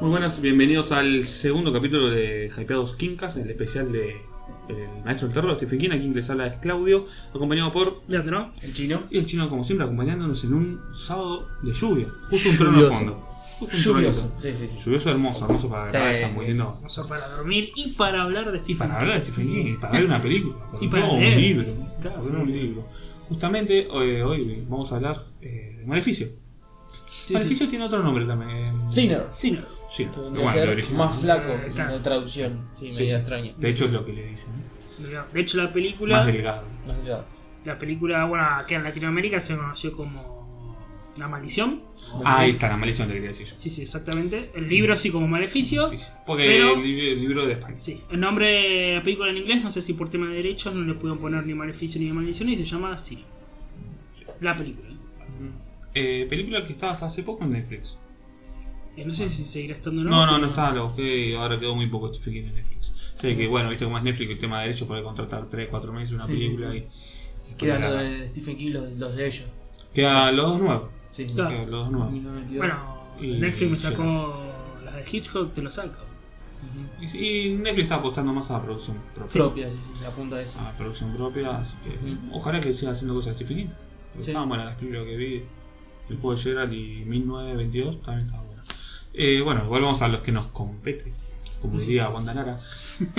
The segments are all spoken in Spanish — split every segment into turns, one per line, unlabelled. Muy buenas, bienvenidos al segundo capítulo de Hypeados Quincas, el especial de el Maestro del Terror, Stephen King, aquí en les habla es Claudio, acompañado por
Leandro,
El chino.
y el chino, como siempre, acompañándonos en un sábado de lluvia, justo un trono de
Lluvioso.
fondo. Justo un
Lluvioso.
tronito.
Sí, sí, sí.
Lluvioso hermoso, hermoso para
Sí.
grabar, está muy lindo.
vamos a para dormir y para hablar de
Y
Stephen
para hablar de
King.
Stephen King, y para ver una película,
Y para
no, un
leer.
libro. Claro,
Sí.
no, un libro. Justamente hoy, hoy vamos a hablar eh, de Maleficio.
sí.
Maleficio tiene otro nombre también.
Thinner.
Sí, no.
Sí,
Que
bueno,
vendría a ser
el original,
más
¿no?
flaco
Eh,
en
claro.
la traducción. Sí, medio
Sí, sí.
extraña.
De hecho es lo que le dicen. ¿eh?
Mira, De hecho, la
Más
película,
delgado.
No sé yo.
la película, bueno, acá en Latinoamérica se conoció como La Maldición.
Ah, ahí está la maldición que quería decir yo.
Sí, sí, exactamente. El libro así como Maleficio.
Porque
Pero-
el, libro, el libro de España.
Sí, el nombre de la película en inglés, no sé si por tema de derechos no le pudieron poner ni Maleficio ni Maldición y se llama así. La película.
Eh, película que estaba hasta hace poco en Netflix.
Eh, no sé si seguirá estando o
Ah. No, no, no estaba, lo busqué y ahora quedó muy poco Stephen King en Netflix. Sé que, bueno, viste como es Netflix, el tema de derechos, podés contratar 3, 4 meses una
Sí,
película
sí.
y.
Quedan los
Queda,
de Stephen King, los, los de ellos.
los dos nuevos.
Sí, sí.
Claro.
Quedan los dos nuevos.
1992.
Bueno,
Y-
Netflix me
sí.
sacó las de Hitchcock, te lo saco.
Ujú.
Y, y Netflix está apostando más a la producción propia.
Propia, sí, sí, la punta de eso.
A la producción propia, así que.
Ujú.
Ojalá que siga haciendo cosas de Stephen King. Porque
Sí.
estaban buenas las películas que vi. El juego de Gerald y 1922 también estaba bueno. Eh, bueno, volvamos a los que nos compete. Como diría Wanda Nara.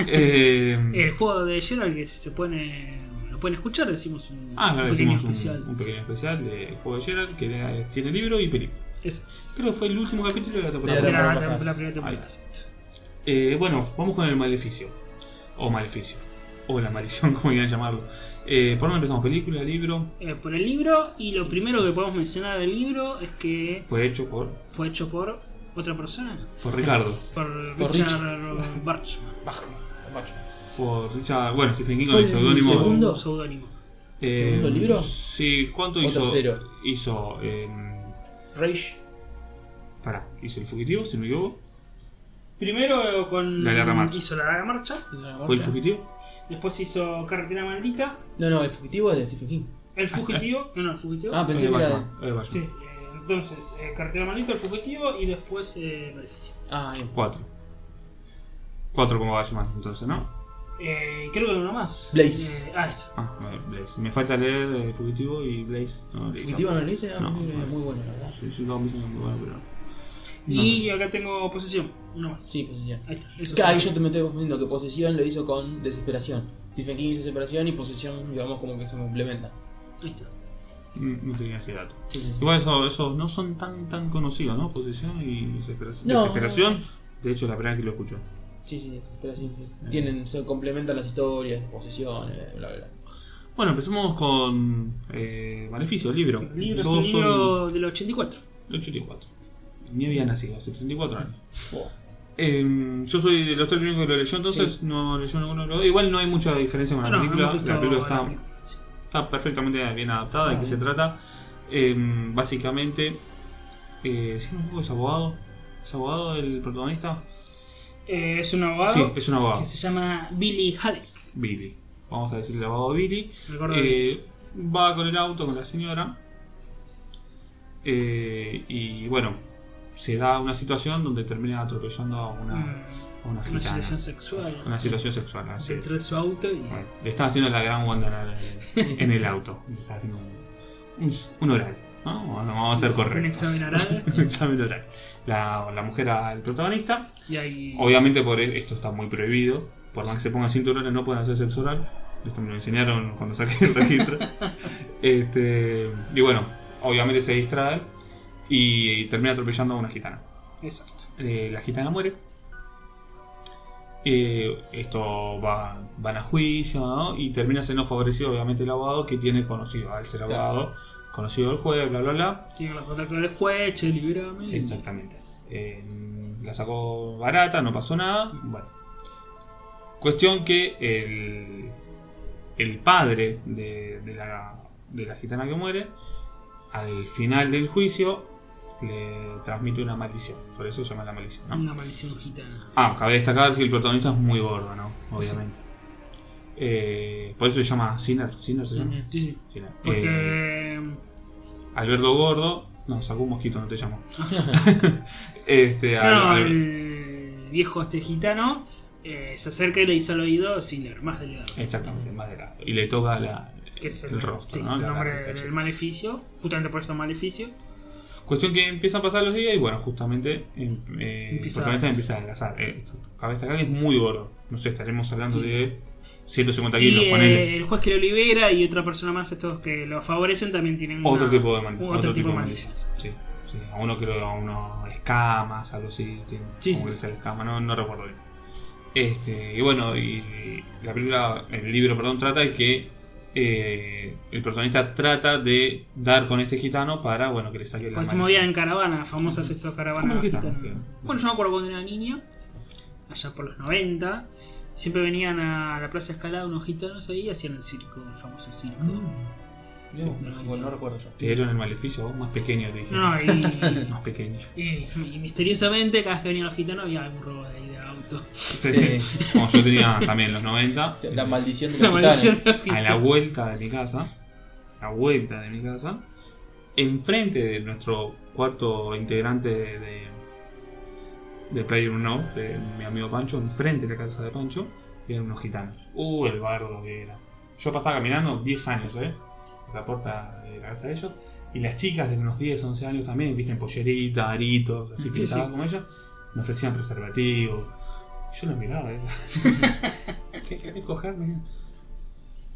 Eh,
El juego de Gerald que se pone. lo pueden escuchar, decimos un,
Ah, claro,
un pequeño
hicimos un,
especial.
un pequeño especial de Juego de Gerald que eh, tiene libro y película.
Eso.
Creo que fue el último capítulo de la temporada.
De
la
la,
podemos
la-
pasar.
la primera temporada.
Ahí Eh, bueno, vamos con el maleficio. O maleficio. O la maldición, como quieran llamarlo. Eh, ¿Por dónde empezamos? ¿Película, libro?
Eh, por el libro, y lo primero que podemos mencionar del libro es que
Fue hecho por,
fue hecho por otra persona,
por Ricardo.
por,
Por
Richard Barchman.
Bajo, macho.
Por Richard. Bueno, Stephen King con el
¿Fue el
seudónimo. eh,
segundo?
Un seudónimo.
segundo libro?
Sí, ¿cuánto
¿O
hizo?
tercero?
Hizo. Eh,
Rage.
pará, hizo El Fugitivo, si no me equivoco.
Primero eh, con
La Larga Marcha.
hizo la larga marcha,
¿Fue El Fugitivo?
después hizo Carretera Maldita,
No, no, el fugitivo es de Stephen King.
El Fugitivo, no, no, el Fugitivo.
Ah, pensé
Eh,
que era-
Batman, eh, Batman.
Sí, eh, entonces, eh, Carretera Maldita, El Fugitivo y después eh, Maleficio.
Ah, bien.
4. 4 como Batman, entonces, ¿no?
Eh, creo que uno más.
Blaze.
Eh, ah, esa.
Ah, vale, Blaze. Me falta leer eh, Fugitivo y Blaze. No, leí
¿Fugitivo no
tampoco.
lo leíste? Ah,
No.
muy, muy bueno, la verdad.
Sí, sí, no, me hizo muy bueno, pero.
Y acá tengo Posesión, uno más.
Sí, pues ya.
Ahí está. esos
Claro, ahí
son.
yo te me estoy confundiendo que posesión lo hizo con desesperación. Stephen King hizo desesperación y posesión, digamos, como que se complementa.
Ahí está.
Mm, No tenía ese dato.
Sí, sí, sí.
Igual eso- esos no son tan tan conocidos, ¿no? Posesión y desesperación.
No.
desesperación. De hecho, la primera vez que lo escucho.
Sí, sí, desesperación, sí. Tienen, se complementan las historias, posesiones, bla, bla, bla.
Bueno, empezamos con eh, Maleficio, el libro.
El libro es
Yo
un
soy
libro del 84.
el 84. Ni había nacido, hace 34 años. Eh, yo soy de los tres primeros que lo leyó, entonces
Sí.
no leyó ninguno de los dos. Igual no hay mucha diferencia con la
Ah, no,
película.
hemos visto
La película está,
la película, sí.
está perfectamente bien adaptada. ¿De
Ah,
qué se
bien.
trata? Eh, básicamente, eh, si no me equivoco, es abogado. ¿Es abogado el protagonista?
Eh, es un abogado
Sí, es un abogado.
que se llama Billy Halleck.
Billy. Vamos a decirle abogado Billy.
El gordo de-
Eh, va con el auto con la señora. Eh, y bueno, se da una situación donde termina atropellando a
mm,
una, a una
una
ah, gitana. Ah,
situación sexual.
Una situación sexual, así es.
Dentro de su auto y
Bueno, le estaba haciendo la gran Wanda Nara en, en el auto. Le estaba haciendo un, un- un oral. ¿no? Vamos- Vamos a ser
un
correctos.
examen oral.
Un examen oral. La, la mujer al protagonista.
y ahí.
Obviamente por e- esto está muy prohibido. Por más que se pongan cinturones no pueden hacer sexo oral. Esto me lo enseñaron cuando saqué el registro. este, y bueno, obviamente se distrae y, y termina atropellando a una gitana.
Exacto.
Eh, la gitana muere. Eh, esto va, van a juicio ¿no? y termina siendo favorecido obviamente el abogado que tiene conocido al ser
Claro.
abogado, conocido del juez, bla bla bla.
Tiene los contactos del juez, che, liberame. y-
Exactamente. Eh, la sacó barata, no pasó nada. Bueno. Cuestión que el, el padre de, de la, de la gitana que muere, al final del juicio, le transmite una maldición. Por eso se llama la maldición, ¿no?
Una maldición gitana.
Ah, cabe destacar que el protagonista es muy gordo, ¿no? Obviamente. Eh, por eso se llama Sinner. Sinner se llama.
Ujú.
Sí, sí.
Sinner. Eh,
Porque.
Alberto Gordo No, sacó un mosquito, no te llamó. este,
No,
al-
no,
al-
el viejo este gitano eh, se acerca y le dice al oído Sinner, más delgado.
Exactamente, más de lado. Y le toca la,
que es el,
el rostro,
sí,
¿no?
el
La-
nombre
la
del
cacheta.
maleficio, justamente por eso maleficio.
Cuestión que empiezan a pasar los días y bueno, justamente em- eh, el
Empieza a
protagonista
adelgazar.
empieza a adelgazar. Eh, cabe destacar que es muy gordo. No sé, estaremos hablando
Sí.
de 150
Y
kilos,
eh,
ponele.
el juez que lo libera y otra persona más, estos que lo favorecen, también tienen
Otro
una-
tipo de maldición.
otro, tipo de maldiciones.
Sí, sí. A uno creo, a uno escamas, algo así. Tiene,
Sí,
como
sí,
que es el escama, no, no recuerdo bien. Este, y bueno, y la película, el libro, perdón, trata de que eh, el protagonista trata de dar con este gitano para, bueno, que le saque la
Cuando Pues se
maldición.
movían en caravana, las famosas estas caravanas
Como el gitano,
gitanas.
sí.
Bueno, yo me acuerdo cuando era niño, allá por los 90, siempre venían a la Plaza Escalada unos gitanos ahí y hacían el circo, el famoso
Ah,
circo.
Mirá vos, no, bueno, no recuerdo yo.
Te dieron el maleficio, vos más pequeño, te dije.
No, y,
más pequeño.
y- Eh, y misteriosamente cada vez que venían los gitanos había algún robo de, ahí de auto.
Sí. Como yo tenía también los 90.
La maldición de
La
los
maldición
gitanos.
de los
a la
gitanos.
vuelta de mi casa, a la vuelta de mi casa, enfrente de nuestro cuarto integrante de, de, de Player Unknown, de mi amigo Pancho, enfrente de la casa de Pancho, eran unos gitanos. Uh, el bardo que era. Yo pasaba caminando 10 años, ¿eh? Por la puerta de la casa de ellos. Y las chicas de unos 10, 11 años también, viste, en pollerita, aritos, así
Sí,
pintadas
sí.
como ellas, me ofrecían preservativos. Yo los miraba, ¿eh? ¿Qué querés coger? Me decían,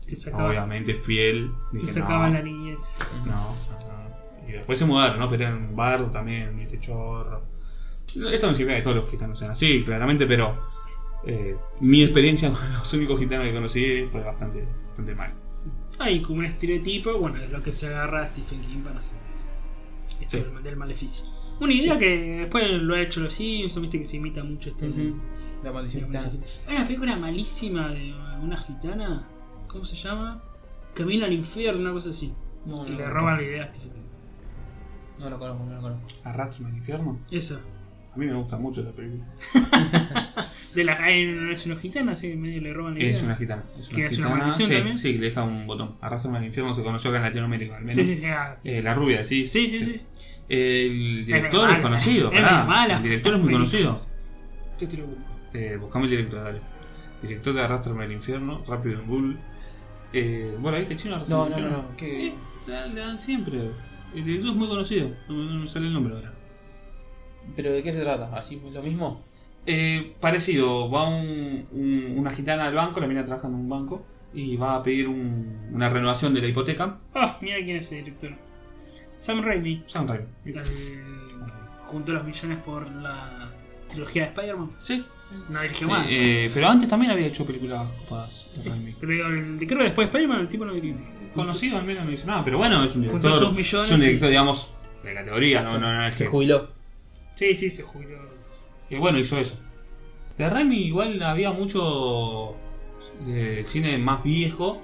Te sacaban,
Obviamente fiel.
te
Dije,
sacaban
no,
la niñez.
no, no. Y después se mudaron, ¿no? Pero en un bar también, viste, chorro. Esto no significa que todos los gitanos sean así, claramente, pero eh, mi experiencia con los únicos gitanos que conocí fue bastante, bastante mal.
Hay como un estereotipo, bueno, es lo que se agarra Stephen King para hacer esto
Sí.
del, del maleficio. Una idea que después lo ha hecho los Simpsons, viste que se imita mucho este.
Ujú. La maldición gitana.
Hay una película malísima de una gitana, ¿cómo se llama? Camino al infierno, una cosa así.
No, no,
Y le
no,
roban la idea a Stephen King.
No lo conozco, no lo conozco.
Arrastro en el infierno.
Eso.
A mí me gusta mucho esa película.
De la, eh, no es una gitana, así que medio le roban la idea.
Es una gitana. Es una
¿Que hace una
gitana.
maldición
sí,
también?
sí, que le deja un botón. Arrastro en el infierno se conoció acá en Latinoamérica, al menos.
Sí, sí, sí. ah,
Eh, la rubia, sí.
Sí, sí, sí.
El
Es
director
mala,
es conocido,
es
pará.
mala.
El director es muy conocido.
Yo te lo busco.
Eh, buscame el director, dale. Director de Arrastrame al Infierno, rápido en Google. Eh, bueno, ¿viste chino?
No,
Arrastrame
no,
al Infierno.
no, no. ¿Qué?
Eh, la- la dan siempre. El director es muy conocido, no, me- no me sale el nombre ahora.
¿Pero de qué se trata? ¿Así lo mismo?
Eh, parecido, va un- un- una gitana al banco, la mina trabaja en un banco, y va a pedir un- una renovación de la hipoteca.
Ah, mira quién es el director. Sam Raimi.
Sam Raimi.
el- Eh, junto a los millones por la trilogía de Spider-Man.
Sí,
No dirigió más.
eh, pero antes también había hecho películas copadas de Raimi.
Pero digo, el- creo que después de Spider-Man el tipo no dirigió.
Conocido al menos me dice, no, pero bueno, es un
Junto a
director.
sus millones,
es un
sí.
director, digamos, de categoría, no, no, no es
Se
que-
jubiló.
Sí, sí, se jubiló.
Y bueno, hizo eso. De Raimi igual había mucho eh, cine más viejo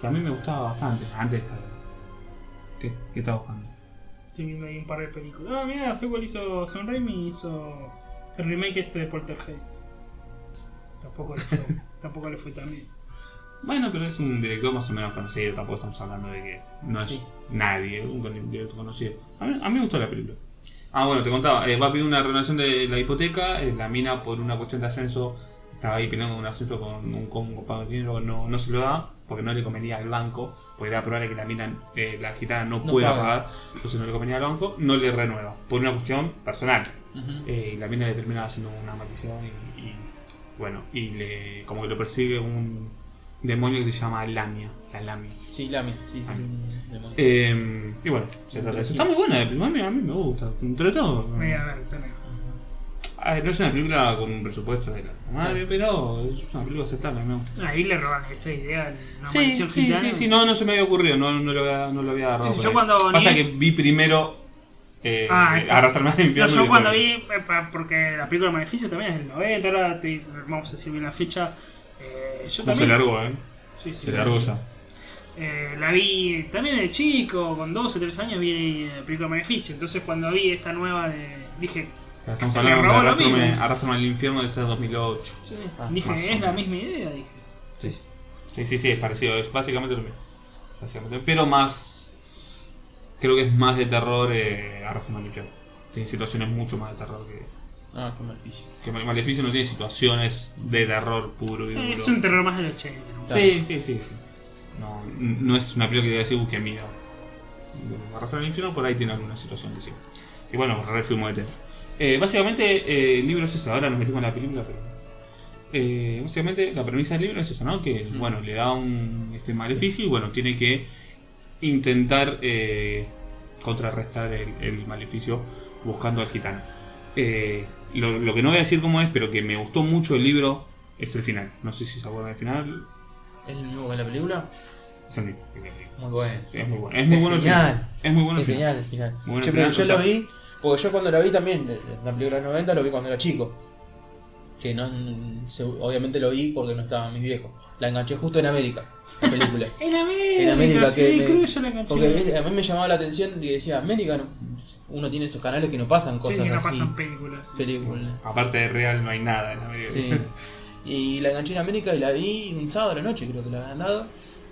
que a mí me gustaba bastante. Antes, ¿qué, qué estaba buscando?
Estoy viendo ahí un par de películas. Ah, mira, sé cuál hizo Sam Raimi. Hizo el remake este de Poltergeist. Tampoco le fue, tampoco le fue tan bien.
Bueno, pero es un director más o menos conocido, tampoco estamos hablando de que no es
Sí.
nadie, un con- director conocido. A mí, a mí me gustó la película. Ah, bueno, te contaba, eh, va a pedir una renovación de la hipoteca, eh, la mina por una cuestión de ascenso, estaba ahí peleando un ascenso con un, con un compañero de dinero, no, no se lo da, porque no le convenía al banco, porque era probable que la mina, eh, la gitana no,
No
pueda
paga.
pagar, entonces no le convenía al banco, no le renueva, por una cuestión personal. Eh, y la mina le termina haciendo una maldición y, y, bueno, y le, como que lo persigue un demonio que se llama Lamia, la Lamia.
Sí, Lami. Sí, sí, sí.
Eh, y bueno, se trata de eso. Está muy buena la película, a mí- a mí me gusta, entre todo.
Voy a ver, también.
Ah, no es una película con un presupuesto de la madre, pero es una película aceptable, me gusta.
Ahí le roban esta idea. Una
Sí,
maldición
sí,
gitana.
sí, sí, no, no se me había ocurrido, no, no lo había, no lo había agarrado
Sí, sí,
por
yo
ahí.
cuando
Pasa
ni-
que vi primero eh,
Ah, está.
Arrastrarme al
No,
infierno. y
yo cuando
después-
vi, eh, pa- porque la película de Maleficio también es del 90, ahora te- vamos a decir bien la fecha. Eh, yo
No, se
también.
largó, ¿eh?
Sí, sí.
Se largó esa.
Eh, la vi también de chico, con 12, 13 años vi la película de Maleficio. Entonces cuando vi esta nueva, de, dije,
Estamos
Le
hablando de
robó lo
Arrastrame,
mismo.
Arrastrame al infierno de ese 2008.
Sí.
Ah, más
Ah,
o
dije es la
menos.
misma idea. dije
Sí, sí, sí, sí, es parecido, es básicamente lo mismo. Básicamente, pero más creo que es más de terror eh, Arras y Maleficio. Tiene situaciones mucho más de terror que.
Ah, qué maleficio.
Que Mal- Maleficio no tiene situaciones de terror puro y duro.
"Eh, Es un terror más del 80. ¿no?
Claro.
Sí, sí, sí. sí. No, n- no es una película que diga decir, "Uh, qué miedo. Bueno, Arrastra al infierno por ahí tiene alguna situación que sí. Y bueno, re fuimos de tema. Eh, básicamente, eh, el libro es eso. Ahora nos metimos en la película, pero. eh, básicamente, la premisa del libro es eso, ¿no? Que,
Ujú.
bueno, le da un este maleficio y, bueno, tiene que intentar eh, contrarrestar el, el maleficio buscando al gitano. Eh, lo, lo que no voy a decir cómo es, pero que me gustó mucho el libro, es el final. No sé si se acuerdan del final,
¿Es lo mismo que la película?
es el mismo, el mismo.
Muy bueno.
Es muy bueno. Es muy bueno el
genial.
final. Es muy bueno el
es
final.
genial el final.
Muy bueno
yo
el final,
yo
o sea-
lo vi, porque yo cuando la vi también, la película de los 90 lo vi cuando era chico. Que no, se- obviamente lo vi porque no estaban mis viejos. La enganché justo en América, la película.
En América,
En América,
sí,
que me-
creo que yo la enganché.
Porque ¿viste? a mí me llamaba la atención y decía, América, no- uno tiene esos canales que no pasan
Sí,
cosas
que no
así.
pasan películas. sí.
películas.
Aparte de real no hay nada en América.
Sí. Y la enganché en América y la vi un sábado a la noche, creo que la habían dado.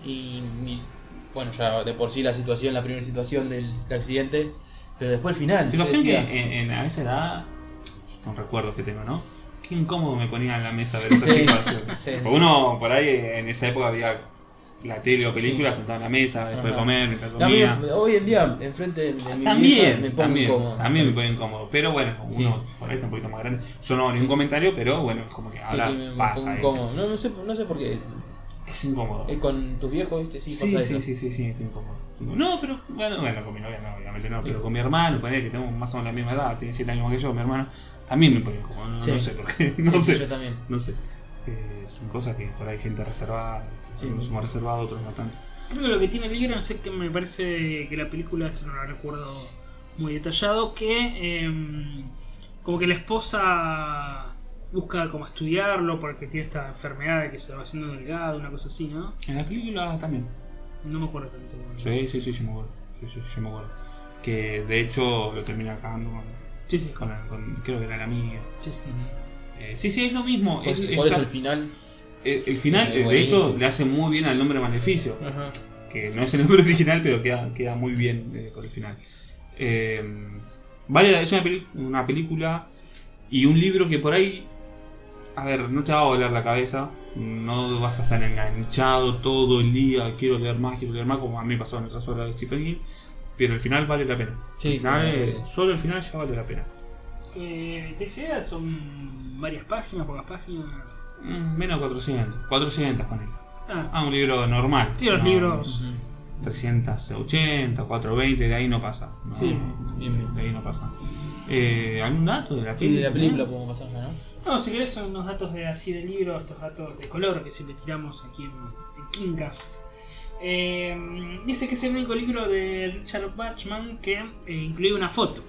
Y, y, bueno, ya de por sí la situación, la primera situación del accidente, pero después el final. yo
Situación que
decía,
en, en- a esa edad, con recuerdos que tengo, ¿no? Qué incómodo me ponía en la mesa ver esa
Sí.
situación.
Sí.
Porque uno por ahí en esa época había la tele o películas
Sí.
sentado en la mesa, después de
Ajá.
comer, mientras
No, a mí,
comía.
hoy en día, enfrente de, de mi vieja,
También,
me pongo
también,
incómodo.
también me pone incómodo. Pero bueno, uno
Sí.
por ahí está un poquito más grande. Yo no hago ningún
Sí.
comentario, pero bueno, es como que
Sí,
ahora
sí, me, me
pasa.
pongo
¿viste?
incómodo. No, no, sé, no sé por qué.
Es incómodo.
Eh, Con tus viejos, viste, sí,
Sí,
pasa
sí,
eso.
sí, sí, sí, es incómodo. No, pero bueno, bueno, con mi novia no, obviamente no, pero con mi hermano, ponele que tenemos más o menos la misma edad, tiene 7 años más que yo, mi hermano, también me pone incómodo, no,
Sí.
no sé por qué, no
Sí, sí,
sé,
Yo también.
no sé. Eh, son cosas que por ahí hay gente reservada,
Sí.
unos somos reservados, otros no tanto.
Creo que lo que tiene el libro, no sé que me parece que la película, esto no lo recuerdo muy detallado, que em, como que la esposa busca como estudiarlo porque tiene esta enfermedad de que se va haciendo delgado, una cosa así, ¿no?
En la película también.
No me acuerdo tanto. bueno.
Sí, sí, sí, yo me acuerdo, sí, sí, yo me acuerdo. Que de hecho lo termina acabando con,
Sí, sí,
con, la- con- creo que era la amiga.
sí, sí.
Eh, sí, sí, es lo mismo.
¿Cuál,
es-
cuál es
está-
el final?
el- el final,
Eh,
eh, de hecho,
buenísimo.
le hace muy bien al nombre Maleficio.
Ajá.
que no es el nombre original, pero queda, queda muy bien eh, con el final. Eh, vale, es una, peli- una película y un libro que por ahí, a ver, no te va a volar la cabeza, no vas a estar enganchado todo el día, quiero leer más, quiero leer más, como a mí me pasó en otras obras de Stephen King, pero el final vale la pena.
Sí,
El final,
sí,
eh,
vale.
solo el final ya vale la pena.
Eh, TCA son varias páginas, pocas páginas.
Mm, Menos 400, 400 ponele.
Ah,
Ah, un libro normal.
Sí, los
no-
libros.
Ujú.
380, 420, de ahí no pasa. No,
Sí,
bien, bien.
De ahí no pasa. Eh, ¿Algún dato de la
Sí, de
película?
la película podemos pasar ya, ¿no?
no, si querés son unos datos de así de libro, estos datos de color que siempre tiramos aquí en, en Kingcast. Eh, dice que es el único libro de Richard Bachman que eh, incluye una foto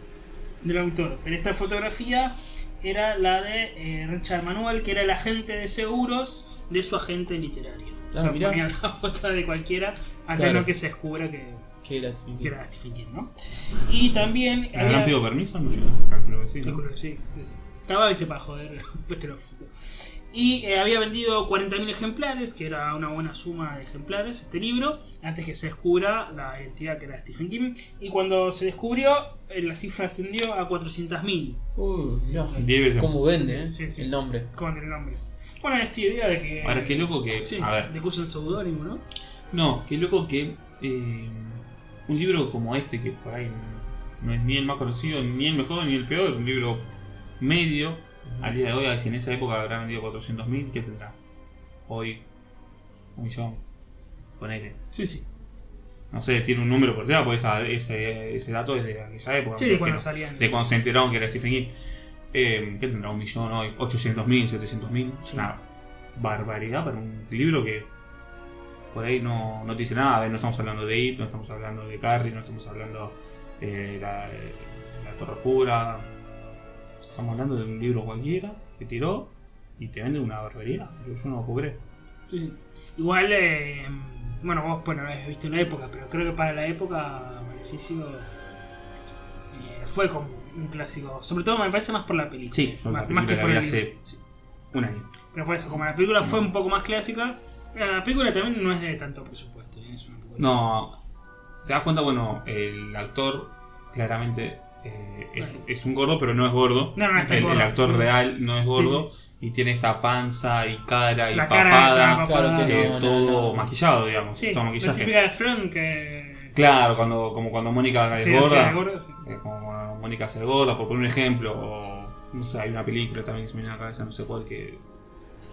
del autor. Pero esta fotografía era la de eh, Richard Manuel, que era el agente de seguros de su agente literario.
Ah,
o sea,
mirá.
ponía la foto de cualquiera hasta
Claro.
no que se descubra que,
Que era
que era Stephen King, ¿no? Y también.
pues.
¿Le
había-
habrán pedido permiso? No, yo calculo que sí.
Yo
¿no?
creo que sí, sí, sí. Estaba viste para joder, pues te lo fruto. Y eh, había vendido 40.000 ejemplares, que era una buena suma de ejemplares, este libro, antes que se descubra la identidad que era Stephen King. Y cuando se descubrió, eh, la cifra ascendió a 400.000
Uy, mirá.
Diez veces.
Cómo vende, ¿eh?
Sí, sí.
El nombre.
con el nombre. Bueno, esta idea de que.
Ahora, qué loco que.
Sí,
A ver.
de que usan seudónimo, ¿no?
No, qué loco que. eh, un libro como este, que por ahí no es ni el más conocido, ni el mejor, ni el peor, un libro medio. Al día de hoy, si en esa época habrá vendido 400.000, ¿qué tendrá? Hoy, un millón. Ponele.
Sí, sí.
no sé, tiene un número por detrás, porque esa- ese, ese dato es de aquella época.
Sí,
creo
de
que
cuando
no.
salían.
De cuando se enteraron que era Stephen King. Eh, ¿Qué tendrá? ¿Un millón hoy? ¿800 mil? ¿700 mil?
Sí.
Una barbaridad para un libro que por ahí no, no te dice nada. A ver, no estamos hablando de It, no estamos hablando de Carrie, no estamos hablando de la, la Torre Oscura. Estamos hablando de un libro cualquiera que tiró y te vende una barbaridad. Yo, yo no lo puedo creer.
Sí. Igual, eh, bueno, vos bueno, lo habéis visto en la época, pero creo que para la época Maleficio eh, fue como un clásico. Sobre todo me parece más por la película.
Sí, yo
más,
la
más que
película
por
la
el
vi
libro.
hace un año.
Pero por eso, como la película fue eh, un poco más clásica, la película también no es de tanto presupuesto. ¿eh? Es una película.
No, te das cuenta, bueno, el actor claramente eh, es,
Bueno.
es un gordo, pero no es gordo.
No, no es tan
el, el
gordo,
actor
sí.
real no es gordo y tiene esta panza y cara y
La cara
papada,
está
Claro que
eh,
no, no,
todo
no.
maquillado, digamos,
Sí,
todo
la
maquillaje.
típica de Front que.
Claro, cuando, como cuando Mónica es
se hacía
gorda,
gordo, sí.
eh, como cuando Mónica es gorda, por poner un ejemplo, o no sé, hay una película también que se me viene a la cabeza, no sé cuál, que.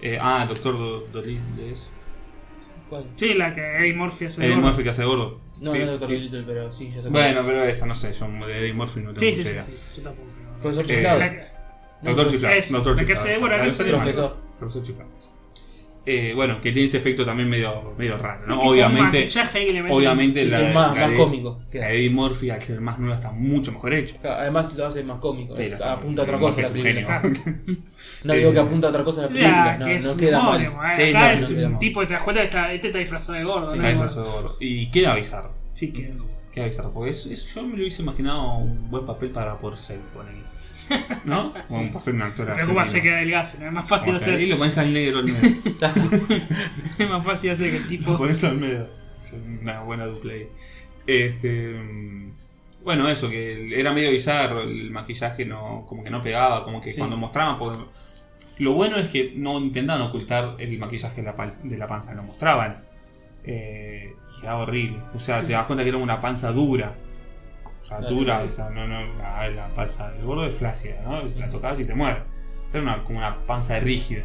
eh, ah, el doctor Do- Dolittle es.
¿Cuál?
Sí, la que Eddie Murphy hace
Eddie
gordo.
Murphy que hace gordo.
No,
Sí,
no es Dr.
sí.
Little, pero sí, ya se
Bueno, pero esa, no sé, yo de Eddie Murphy no tengo
Sí,
mucha
sí, sí,
idea.
sí, yo tampoco. pero-
Profesor
Eh,
Chiflado.
La que-
No,
Doctor
profe-
Chiflado.
es,
Doctor
la que
Chiflado,
hace Débora,
claro,
que
eso
es
es
alemán.
profesor.
Profesor.
Profesor Chiflado. Eh, bueno, que tiene ese efecto también medio, medio raro,
que
¿no?
con
Obviamente,
maquillaje que le meten-
obviamente
Sí,
la,
que es más,
la
más
de-
cómico.
la de Eddie Murphy, al ser más nueva, está mucho mejor hecha.
Además lo hace más cómico.
Sí,
es-
la hace-
apunta a otra
Eddie
cosa la
Murphy es un
película.
genio.
No
Sí.
digo que apunta a otra cosa la
O sea,
película. No,
ah, que es
no queda
memoria,
mal.
bueno,
Sí,
acá
no,
es
sí,
un
queda mal.
tipo que te das cuenta que está- este está disfrazado de gordo,
Sí,
¿no?
está disfrazado de gordo. Y queda bizarro.
Sí, que.
Queda bizarro. Porque es- es- yo me lo hubiese imaginado un buen papel para Porcel, ponele. ¿No? Bueno, por ser una actora.
Pero cómo hace que
argentina.
adelgase, ¿no? Es más
Como
fácil
hacer- Y
hacer.
lo pones al negro al medio.
Es más fácil hacer que el tipo.
Por eso Almeida. Es una buena dupla ahí. Este. mm, Bueno, eso, que era medio bizarro, el maquillaje no, como que no pegaba, como que
Sí.
cuando mostraban, porque lo bueno es que no intentaban ocultar el maquillaje de la, pal- de la panza, lo mostraban. Eh, y era horrible. O sea,
Sí,
te das cuenta que era una panza dura. O sea,
Claro,
dura,
sí.
o sea, no, no, la, la panza del gordo es flácida, ¿no? La tocabas y se mueve. O sea, era una- como una panza rígida.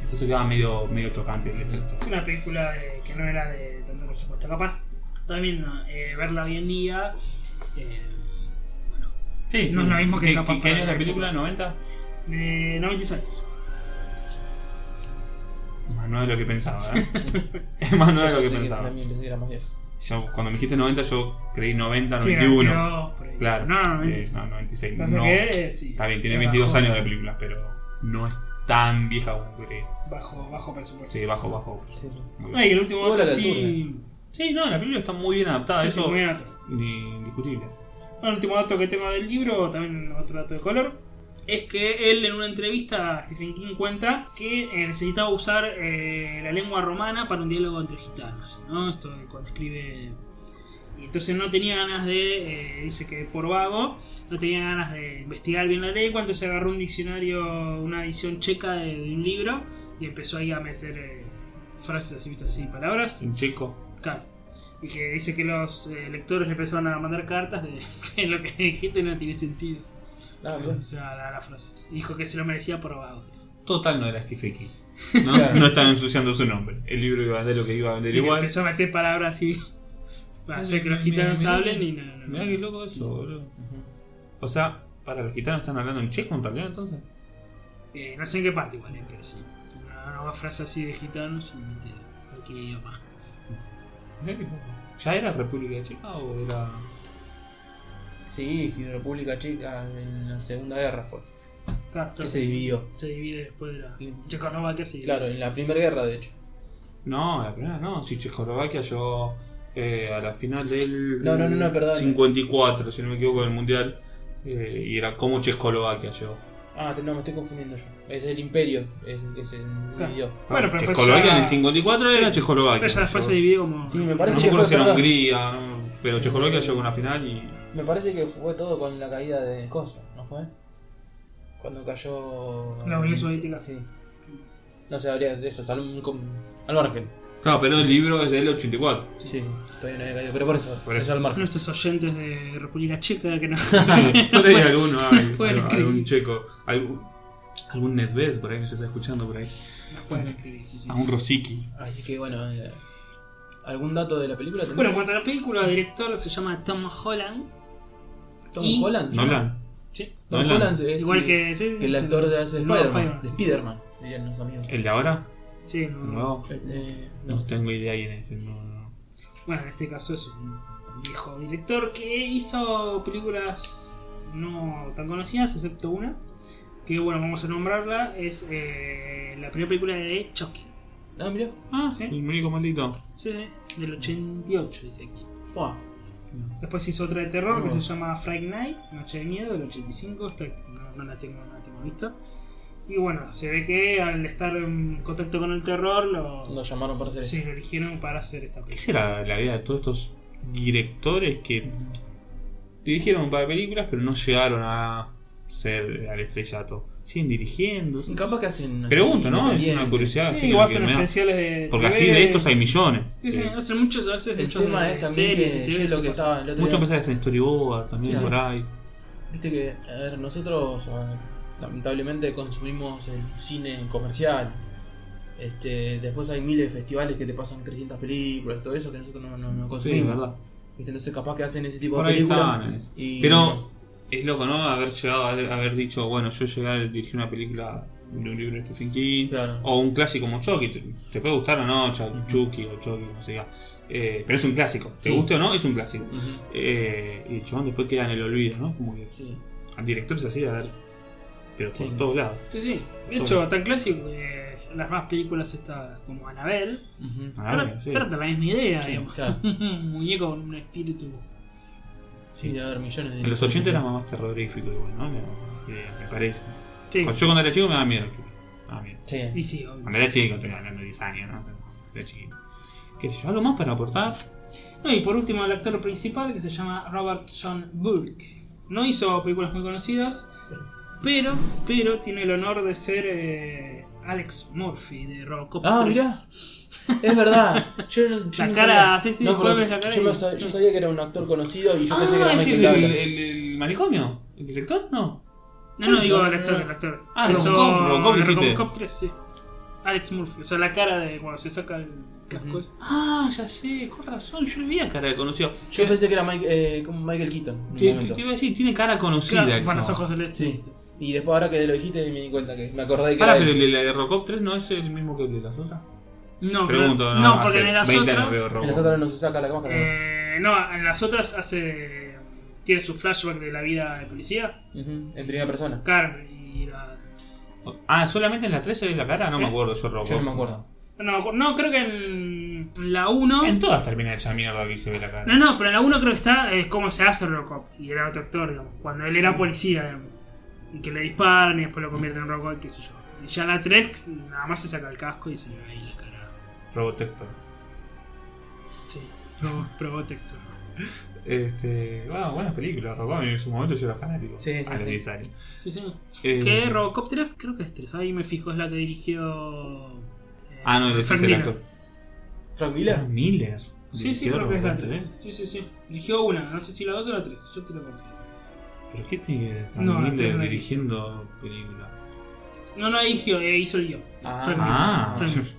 Entonces quedaba medio, medio chocante el efecto.
Es una película eh, que no era de tanto presupuesto. Capaz también eh, verla hoy en día. eh, bueno,
Sí,
No es lo mismo que
¿Qué,
capaz
qué- qué
para
año es la
la
película? ¿90?
de 96.
Más nueve de lo que pensaba, ¿eh? Es más nueve de lo que pensaba.
También pensé que era más viejo.
Yo, cuando me dijiste 90, yo creí 90,
Sí,
91.
92, por ahí.
claro.
No, no,
Eh,
96.
no, 96.
Pasa
no.
que, eh, sí,
Está bien, tiene
era
22
bajo-
años de película, pero no es tan vieja como creí.
Bajo, bajo presupuesto.
Sí, bajo, bajo.
Sí, sí.
Muy
No,
bien.
y el último
Igual a
otro
la
sí.
Sí, no, la película está muy bien adaptada,
sí, sí,
Ah, eso
muy bien atado.
ni- indiscutible.
Bueno, el último dato que tengo del libro, también otro dato de color, es que él en una entrevista a Stephen King cuenta que eh, necesitaba usar eh, la lengua romana para un diálogo entre gitanos, ¿no? Esto de cuando escribe... Y entonces no tenía ganas de, eh, dice que por vago, no tenía ganas de investigar bien la lengua, entonces agarró un diccionario, una edición checa de, de un libro y empezó ahí a meter eh, frases así, ¿viste? así, palabras.
Un chico.
Claro. Y que dice que los eh, lectores le empezaron a mandar cartas de "Che, lo que dijiste no tiene sentido.
Ah,
O sea, la, la frase. Dijo que se lo merecía por vago.
Total no era Stephen King. No,
Claro.
no estaba ensuciando su nombre. El libro iba a vender lo que iba a vender
Así que
igual.
Empezó a meter palabras así para hacer que los
Mirá,
gitanos
mirá,
hablen y no, no, no.
Mirá qué loco eso, boludo.
Ujú.
O sea, para los gitanos están hablando en checo en realidad entonces.
Eh, no sé en qué parte igual, eh, pero sí. Una nueva frase así de gitanos y mete cualquier idioma.
Mirá qué loco. ¿Ya era República Checa o era.?
Sí, sí, República Checa en la Segunda Guerra fue.
Claro,
Que
entonces
se dividió.
se divide después de la
Sí.
Checoslovaquia. se divide.
Claro, en la Primera Guerra, de hecho.
No, la primera no. Si Checoslovaquia llegó eh, a la final del.
No, no, no, no, perdón.
54, si no me equivoco, del mundial. eh, y era como Checoslovaquia llegó.
Ah, te- no, me estoy confundiendo yo. Es del Imperio, es el que se dividió.
Bueno,
Ah,
pero
Checoslovaquia
empezó a-
en el 54
Sí.
era Checoslovaquia.
Pero esa después
Llegó-
se divide como.
Sí, me
No
parece
me
que
acuerdo
fue,
si era
perdón.
Hungría, no, pero Checoslovaquia llegó a una final y.
Me parece que fue todo con la caída de Escocia, ¿no fue? Cuando cayó.
La Unión Soviética.
Sí. No sé, habría de eso, al, con- al margen.
Claro, pero el libro es del 84.
Sí, sí, todavía no había caído, pero por eso,
Por
por
eso.
eso, al margen.
Nuestros oyentes de República Checa que no.
por ahí alguno, hay,
pueden
algún
escribir.
checo, algún, algún Nedved por ahí que se está escuchando por ahí,
Nos pueden escribir, sí, sí.
a un Rosicky.
Así que bueno, eh, ¿algún dato de la película?
Bueno, en
tenés?
cuanto a la película, el director se llama Tom Holland.
Tom
y-
Holland.
Nolan.
Sí.
Tom
Nolan.
Holland es eh,
Igual que, sí,
que el actor de hace
nuevo
Spider-Man. De Spider-Man, dirían los amigos.
¿El de ahora?
Sí, no.
No,
Eh, no.
no tengo idea quién es. No, no.
Bueno, en este caso es un viejo director que hizo películas no tan conocidas, excepto una. Que bueno, vamos a nombrarla. Es eh, la primera película de Chucky.
Ah, mirá.
Ah, sí.
El muñeco maldito.
Sí, sí. Del 88, dice aquí.
Fua.
Después hizo otra de terror que
No.
se llama Fright Night, Noche de Miedo, del 85. Esta no, no la tengo, no la tengo vista. Y bueno, se ve que al estar en contacto con el terror, lo,
Lo llamaron para hacer
sí, lo eligieron para hacer esta
¿Qué
película.
será la vida de todos estos directores que dirigieron un par de películas, pero no llegaron a ser al estrellato. Siguen dirigiendo. siguen-
Capaz que hacen.
Pregunto,
así,
¿no? Es
independiente.
una curiosidad.
Sí,
así que
igual
me
son
da.
especiales de.
Porque
TV.
así de estos hay millones.
Sí, sí,
Eh,
Hacen muchos, hacen
El
muchos
tema
de
es también
series,
que
de
yo
TV,
lo que
esas
estaba el otro
Muchos
día.
empresas hacen storyboard también
Sí.
por ahí.
Viste que, a ver, nosotros a- lamentablemente consumimos el cine comercial. Este, después hay miles de festivales que te pasan 300 películas y todo eso que nosotros no, no, no
Sí,
consumimos.
verdad.
¿Viste? Entonces capaz que hacen ese tipo
Por
de
ahí
películas.
estaban. eh. es-
y-
Pero es loco, ¿no? Haber llegado, haber, haber dicho, bueno, yo llegué a dirigir una película de un libro de Stephen King.
Claro.
O un clásico como Chucky. Te, te puede gustar o no, Chucky,
Ujú.
Chucky o Chucky, como se diga. Eh, pero es un clásico. Te
Sí.
guste o no, es un clásico.
Ujú,
Eh, y el chabón después queda en el olvido, ¿no? Como que
sí.
al director se hacía ver. Pero por
Sí.
todos lados.
Sí, sí. De hecho, tan clásico que las más películas estas, como Anabel,
Ujú.
Ah,
tra-
bien, sí.
trata la misma idea,
Sí,
digamos.
claro.
Un muñeco con un espíritu.
Sí, debe haber millones de
En los 80 era más terrorífico, igual, ¿no? Me, eh, me parece.
Sí,
Cuando- Yo cuando era chico me daba miedo Chucky. Me daba miedo.
y
Sí.
sí, obvio.
Cuando era chico, estoy hablando de 10 años, ¿no? Era chiquito. ¿Qué sé yo? ¿Algo más para aportar?
No, y por último, el actor principal que se llama Robert John Burke. No hizo películas muy conocidas, pero, pero tiene el honor de ser eh, Alex Murphy de Robocop.
Ah,
3.
mirá. Es verdad. Yo no, yo
La
no
cara,
sabía.
sí, sí,
No,
después
pero
ves la cara
yo,
y-
no sab- yo sabía que era un actor conocido y yo pensé que
Ah,
era
es
Michael
el,
Douglas.
el- el manicomio. ¿El director? No.
No, no, digo
No, no,
el actor,
no.
el actor.
Ah,
Hizo
Robocop, Robocop
de
dijiste.
Robocop 3, sí. Alex Murphy, o sea, la cara de cuando se saca el casco.
Ujú.
ese.
Ah, ya sé, con razón. Yo le vi a cara de conocido.
Yo pensé que era Mike- eh, como Michael Keaton. en un
Te, te-
momento.
te iba a decir, tiene cara conocida.
Claro,
que
con los
son.
ojos celestes.
Sí. Y después ahora que lo dijiste me di cuenta que me acordé que
Pará,
era
pero
él.
el de la de Robocop 3 no es el mismo que el de las otras.
No,
Pregunto,
pero-
no,
no, porque
hace
en las
20
otras.
años veo
En
Robocop.
las otras no se saca la cámara.
eh, no, en las otras hace. Tiene su flashback de la vida de policía.
Ujú, En primera persona.
Carmen y la.
Ah, solamente en la 3 se ve la cara, no me
Eh,
acuerdo yo Robocop.
Yo no me acuerdo.
No, me acuerdo- no, creo que en la 1.
En todas termina hecha mierda aquí se ve la cara.
No, no, pero en la 1 creo que está eh, cómo se hace el Robocop. Y era otro actor, digamos. Cuando él era policía, digamos. Y que le disparan y después lo convierten en Robocop, qué sé yo. Y ya en la 3, nada más se saca el casco y se ve ahí la cara.
Robotector.
Sí, pro, Probotector.
Este, bueno, buenas películas, Robocop en su momento yo era fanático.
Sí, sí,
a los
sí.
10 años.
Sí, sí.
Eh,
Que Robocop 3, creo que es 3. Ahí me fijo, es la que dirigió. eh,
Ah, no, el
Frank
es el
Miller.
actor.
¿Frank
Frank
Miller?
Miller.
Sí, sí,
Dirigió
creo que es la
Robocop
3. Sí, sí, sí. Dirigió una, no sé si la 2 o la 3. Yo te lo confío.
¿Pero qué tiene Frank
No, la
Miller
primera.
dirigiendo películas?
No, no dirigió, eh, hizo el guión. Frank Miller.
Ah,
Frank Miller.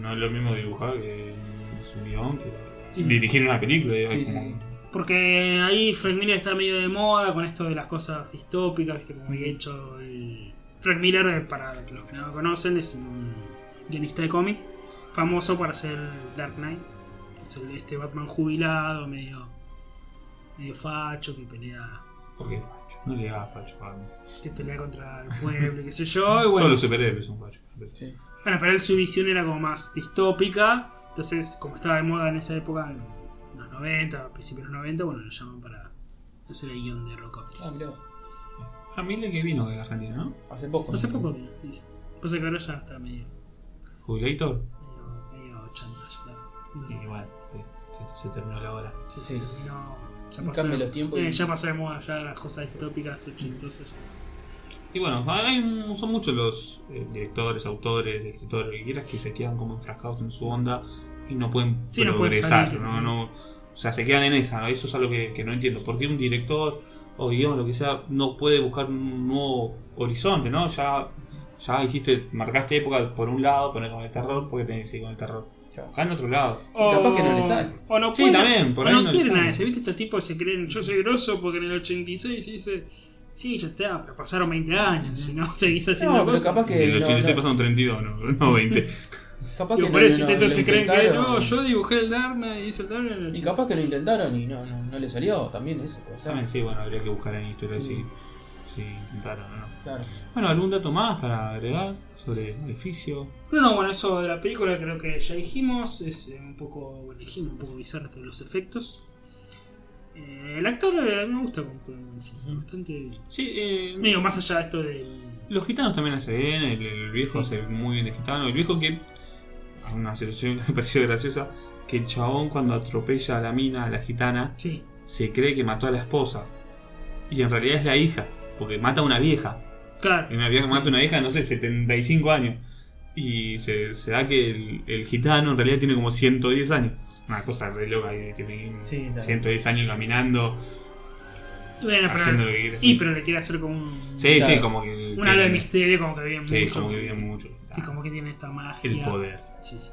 no es lo mismo dibujar que es un guión que
Sí.
dirigir una película. digo,
Sí,
es
sí,
como-
sí.
Porque ahí Frank Miller está medio de moda con esto de las cosas distópicas, ¿viste? Como había hecho el... Frank Miller, eh, para los que no lo conocen, es un guionista de cómic famoso para hacer Dark Knight. Es el, este Batman jubilado, medio, medio facho, que pelea,
Porque facho, no le hagas facho a Batman.
que pelea contra el pueblo, y qué sé yo. Y
Todos
bueno,
los superhéroes son fachos.
Sí.
Bueno, pero él su visión era como más distópica. Entonces, como estaba de moda en esa época, en los 90, a principios de los 90, bueno, lo llaman para hacer el guión de Robocop 3.
Ah, mirá.
Frank Miller que vino de la Argentina, ¿no?
Hace poco.
Hace poco que dije. Pasa que ahora ya está medio,
Jubilator.
medio, medio 80 ya.
Y
está.
igual, sí, se, se terminó la hora.
Sí,
Sí.
No, ya
Cambian
pasó.
los tiempos
eh,
y-
ya pasó de moda, ya las cosas distópicas ochentosas.
Y bueno, hay un- son muchos los eh, directores, autores, escritores, lo que quieras, que se quedan como enfrascados en su onda y no pueden
Sí, no pueden
progresar.
salir.
no, no, o sea, se quedan en esa. ¿no? Eso es algo que, que no entiendo. ¿Por qué un director o guión, lo que sea, no puede buscar un nuevo horizonte? ¿no? Ya, ya dijiste, marcaste época por un lado, poner con el terror, porque tenés que seguir con el terror.
Chao.
Buscá en otro lado.
O,
capaz que no le sale.
O no
Sí,
pueden-
también, por
o
ahí
no
no le
quieren a
sale.
ese, ¿viste? Estos tipos se creen, yo soy grosso porque en el 86 hice. Sí, ya está, pero pasaron 20 años, si no seguís haciendo
No, pero
cosas.
capaz
En
que.
el
no,
86
no,
pasaron 32, no, no 20.
Capaz
Digo,
que
por
no-
eso,
no- no
entonces
lo
se creen que
intentaron.
no, yo dibujé el Darna y hice el Darna en el
Y
86.
capaz que lo intentaron y no, no, no le salió también eso. puede ser.
También, sí, bueno, habría que buscar en historia
Sí.
si, si intentaron o no.
Claro.
Bueno, ¿algún dato más para agregar sobre el edificio?
No, no, bueno, eso de la película creo que ya dijimos. Es eh, un poco, bueno, dijimos, un poco bizarro esto de los efectos. Eh, el actor eh, a mí me gusta como actúa, en fin,
Ujú.
bastante.
Sí, eh,
Digo, más allá de esto del.
los gitanos también hace bien, el, el viejo
Sí.
hace muy bien de gitano, el viejo que a una situación que me pareció graciosa, que el chabón cuando atropella a la mina, a la gitana,
Sí.
se cree que mató a la esposa. Y en realidad es la hija, porque mata a una vieja. Y
Claro.
una vieja que
Sí.
mata a una vieja, no sé, 75 años. Y se, se da que el, el gitano en realidad tiene como 110 años. Una cosa re loca, que tiene
Sí, está bien.
110 años caminando,
Bueno,
haciendo
pero,
lo que quiere.
y pero le quiere hacer como un.
Sí,
Claro.
sí, como que.
Un halo de
tiene-
misterio, como que viene
Sí,
mucho.
como que viene mucho. Ah,
Sí, como que tiene esta magia.
El poder.
Sí, sí.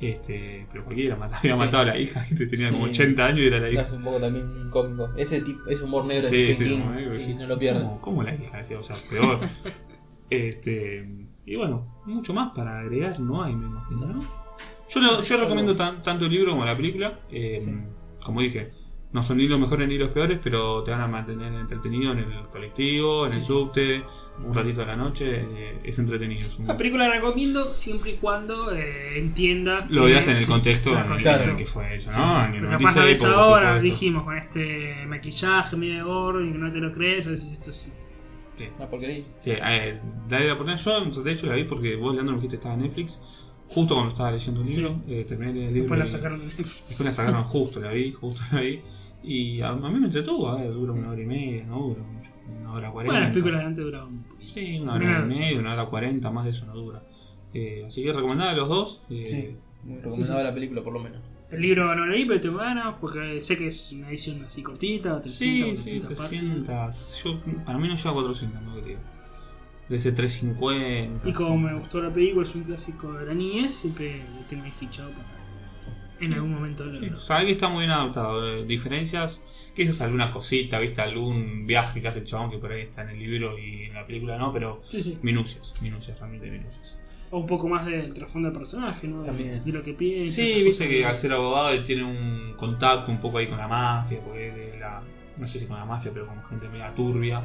Este, pero cualquiera mataba, había
Sí.
matado a la hija, que tenía como
Sí.
80 años y era la hija.
Es un poco también cómico. Ese tipo, ese humor negro
Sí,
de Stephen
sí,
King,
como digo,
sí,
sí.
no lo pierdan.
¿Cómo, cómo la hija? decía, O sea, peor. este, y bueno, mucho más para agregar no hay, me imagino, ¿no? Yo, lo- yo
Solo-
recomiendo tan- tanto el libro como la película. Eh,
Sí.
Como dije, no son ni los mejores ni los peores, pero te van a mantener entretenido en el colectivo, en el subte, un ratito a la noche. eh, es entretenido. es un-
La película la recomiendo siempre y cuando eh, entienda.
lo
que-
veas en el
sí,
contexto
en
en
el
el,
contexto.
en el que fue hecho,
Sí.
¿no? En el
Porque capaz la
96,
ves
por
ahora,
supuesto.
dijimos, con este maquillaje medio gordo y que no te lo crees, o decís esto es-
Una porquería.
Sí, a ver, dale la oportunidad. Yo, de hecho, la vi porque vos, Leandro, me dijiste que estaba en Netflix. Justo cuando estaba leyendo el libro, eh, terminé de leer el libro.
Después la
y-
sacaron de Netflix.
Después la sacaron justo, la vi, justo la vi. Y a, a mí me entretuvo, a ver, dura una hora y media, no dura mucho, una hora cuarenta.
Bueno, las películas de antes duraban un poquito.
Sí, una
Mira,
hora y
sí.
media, una hora cuarenta, más de eso no dura. Eh, así que recomendada a los dos. eh,
Sí. Muy recomendada la película, por lo menos.
El libro no lo leí, pero tengo ganas, porque sé que es una edición así cortita, 300,
Sí, sí,
400 páginas.
300. Yo, para mí no llega a 400, no creo. Debe ser 350.
Y como me gustó la película, es un clásico de la niñez, siempre lo tengo ahí fichado para en algún momento
Sí,
leerlo.
Sabés que está muy bien adaptado. eh, Diferencias, quizás alguna cosita, viste, algún viaje que hace el chabón que por ahí está en el libro y en la película no, pero
Sí, sí.
minucias, minucias, realmente minucias.
O un poco más del trasfondo del personaje, ¿no? De-
También.
De lo que piensa.
Sí,
esas
viste
cosas.
que al ser abogado él tiene un contacto un poco ahí con la mafia, porque él era, no sé si con la mafia, pero con gente media turbia,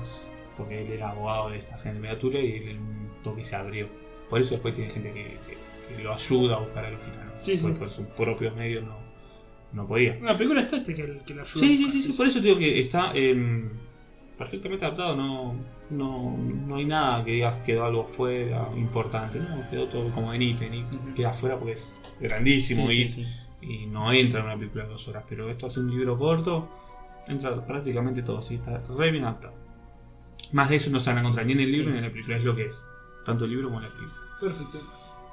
porque él era abogado de esta gente media turbia y él en un toque se abrió. Por eso después tiene gente que, que- que lo ayuda a buscar a los gitanos.
Sí, sí.
porque por sus propios medios no, no podía.
No, La película está este que, el- que la ayuda.
Sí, sí, sí, sí, por eso te digo que está em, perfectamente adaptado, no, no, no hay nada que digas quedó algo fuera importante, no, quedó todo como en ítem, y
Ujú.
queda fuera porque es grandísimo
Sí,
y,
sí, sí.
y no entra en una película de dos horas, pero esto hace un libro corto, entra prácticamente todo, sí, está re bien adaptado. Más de eso no se van a encontrar ni en el libro
Sí.
ni en la película, es lo que es, tanto el libro como la película.
Perfecto.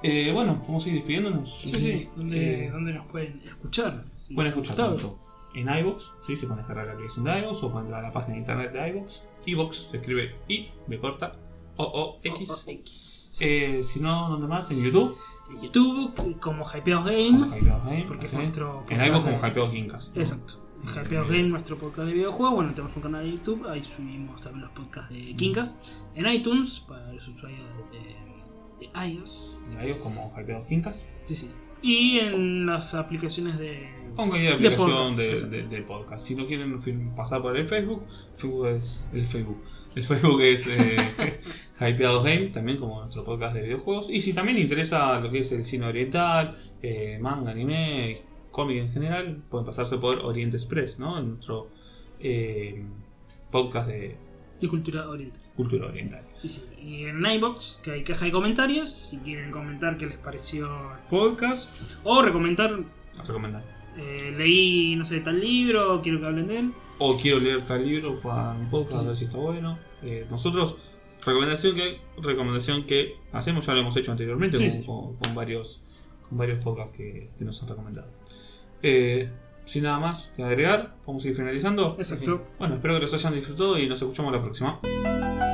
Eh, bueno, vamos a ir despidiéndonos.
Sí, sí. ¿Dónde,
Eh,
dónde nos pueden escuchar? Si
Pueden
les ha
escuchar
gustado.
tanto en iVoox, ¿sí? se pueden descargar la aplicación de iVoox o pueden entrar a la página de internet de iVoox. iVoox se escribe I, B corta, O, O, X.
O- o- X.
Eh, si no, ¿dónde más? En YouTube,
En YouTube, como Hypeados Game.
como Hypeados Game,
porque es
¿sí?
nuestro.
En
podcast
iVoox como
de-
Hypeados Incas. ¿no?
Exacto.
Bien.
Hypeados Game, nuestro podcast de videojuegos. Bueno, tenemos un canal de YouTube. Ahí subimos también los podcasts de Kinkas. En iTunes, para los usuarios de, de iOS.
En iVoox como Hypeados Incas.
Sí, sí. Y en las aplicaciones de.
Con cualquier
De
aplicación
podcast,
de-
exacto.
de- del podcast. Si no quieren fir- pasar por el Facebook, Facebook es el Facebook. El Facebook es eh, Hypeados Game, también como nuestro podcast de videojuegos. Y si también interesa lo que es el cine oriental, eh, manga, anime, cómic en general, pueden pasarse por Oriente Express, ¿no? En nuestro eh, podcast de
de cultura oriental.
cultura oriental.
Sí, sí. Y en iBox, que hay caja de comentarios. Si quieren comentar qué les pareció el podcast. O recomendar.
Os recomendar.
eh, leí, no sé, tal libro, quiero que hablen de él.
o quiero leer tal libro para mi podcast,
Sí.
a ver si está bueno. Eh, nosotros, recomendación que recomendación que hacemos, ya lo hemos hecho anteriormente
Sí,
con,
sí.
con- con varios con varios podcasts que, que nos han recomendado. Eh, sin nada más que agregar, vamos a ir finalizando.
Exacto.
Bueno, espero que los hayan disfrutado y nos escuchamos la próxima.